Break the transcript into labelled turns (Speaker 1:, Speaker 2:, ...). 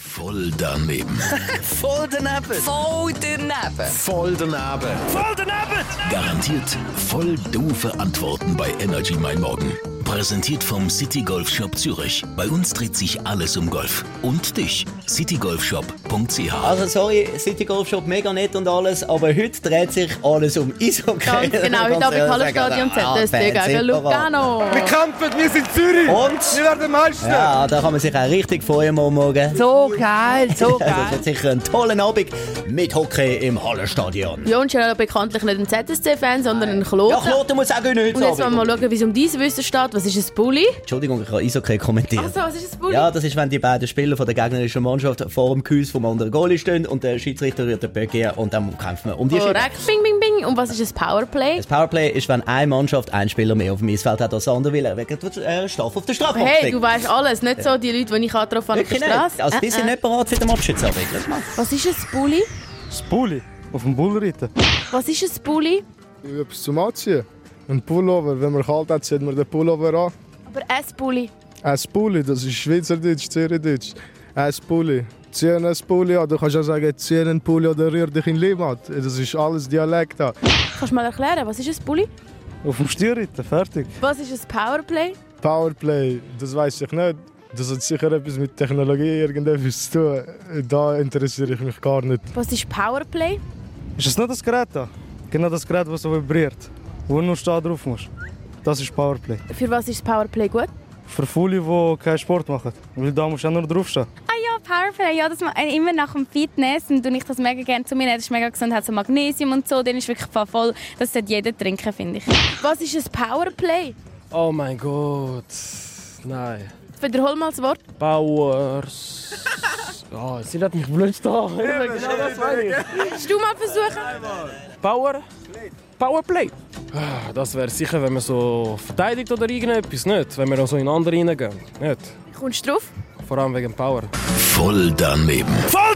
Speaker 1: Voll daneben.
Speaker 2: Voll daneben.
Speaker 3: Voll daneben.
Speaker 1: Voll daneben.
Speaker 2: Voll daneben.
Speaker 1: Garantiert voll doofe Antworten bei Energy Mein Morgen. Präsentiert vom City Golf Shop Zürich. Bei uns dreht sich alles um Golf. Und dich, citygolfshop.ch.
Speaker 4: Also sorry, City Golf Shop mega nett und alles, aber heute dreht sich alles um Eishockey.
Speaker 5: Ganz genau, heute Abend Hallenstadion
Speaker 4: ah,
Speaker 5: ZSC gegen also Lugano.
Speaker 6: Wir kämpfen, wir sind Zürich.
Speaker 4: Und?
Speaker 6: Wir werden Meister.
Speaker 4: Ja, da kann man sich auch richtig freuen am Morgen.
Speaker 5: So geil, so
Speaker 4: Also es
Speaker 5: geil.
Speaker 4: wird sicher einen tollen Abend mit Hockey im Hallenstadion.
Speaker 5: Jon ist ja bekanntlich nicht ein ZSC-Fan, sondern ein
Speaker 4: Ja,
Speaker 5: Kloten.
Speaker 4: Kloten muss auch gewinnen
Speaker 5: Und
Speaker 4: heute
Speaker 5: jetzt wollen wir
Speaker 4: Abend.
Speaker 5: mal schauen, wie es um dein Wissen steht. Was ist ein Bulli?
Speaker 4: Entschuldigung, ich kann Eishockey kommentieren.
Speaker 5: Achso, was ist ein Bulli?
Speaker 4: Ja, das ist, wenn die beiden Spieler von der gegnerischen Mannschaft vor dem Gehäuse vom anderen Goalie stehen und der Schiedsrichter rührt den Böck her und dann kämpft man um die Scheibe.
Speaker 5: Korrekt, bing, bing, bing. Und was ist ein Powerplay?
Speaker 4: Das Powerplay ist, wenn eine Mannschaft einen Spieler mehr auf dem Eisfeld hat als der andere, weil er wegen der Strafe auf der Strafe
Speaker 5: Hey, du weißt alles. Nicht so die Leute, die ich angetroffen habe auf
Speaker 4: Wirklich
Speaker 5: der
Speaker 4: nicht.
Speaker 5: Straße.
Speaker 4: Also,
Speaker 5: Äh,
Speaker 4: die sind
Speaker 5: äh.
Speaker 4: nicht bereit für den Abschiedsabend.
Speaker 5: Was ist ein Bulli?
Speaker 6: Das Bulli. Auf dem Bull reiten.
Speaker 5: Was ist ein Bulli?
Speaker 7: Etwas zum Anziehen. Ein Pullover. Wenn man kalt hat, zieht man den Pullover an.
Speaker 5: Aber ein Bulli.
Speaker 7: Ein Pulli, das ist Schweizerdeutsch, Zürichdeutsch. Ein Pulli. Zieh einen Pulli an. Du kannst auch sagen, zieh einen Pulli oder rühr dich in Limat. Das ist alles Dialekt. da.
Speaker 5: Kannst du mal erklären, was ist ein Bulli?
Speaker 6: Auf dem Stier reiten, fertig.
Speaker 5: Was ist ein Powerplay?
Speaker 7: Powerplay, das weiß ich nicht. Das hat sicher etwas mit Technologie irgendetwas zu tun. Da interessiere ich mich gar nicht.
Speaker 5: Was ist Powerplay?
Speaker 6: Ist das nicht das Gerät da? Genau das Gerät, das so vibriert. Wo nur stehen drauf musst. Das ist Powerplay.
Speaker 5: Für was ist das Powerplay gut?
Speaker 6: Für viele, die keinen Sport machen. Weil da musst du auch nur draufstehen.
Speaker 8: Ja, Powerplay, ja, das ma- äh, immer nach dem Fitness und tue ich das mega gerne zu mir. nehmen. Das ist mega gesund, hat so Magnesium und so, den ist wirklich voll voll. Das sollte jeder trinken, finde ich.
Speaker 5: Was ist ein Powerplay?
Speaker 9: Oh mein Gott. Nein.
Speaker 5: Wiederhol mal das Wort.
Speaker 9: Powers. Oh, sie hat mich blöd da. Genau das meine
Speaker 5: Kannst du mal versuchen?
Speaker 9: ich. Power? Powerplay. Ah, Das wäre sicher, wenn man so verteidigt oder irgendetwas. Nicht, wenn wir so in andere reingehen. Nicht.
Speaker 5: Kommst du drauf?
Speaker 9: Vor allem wegen Power.
Speaker 1: Voll daneben.
Speaker 2: Voll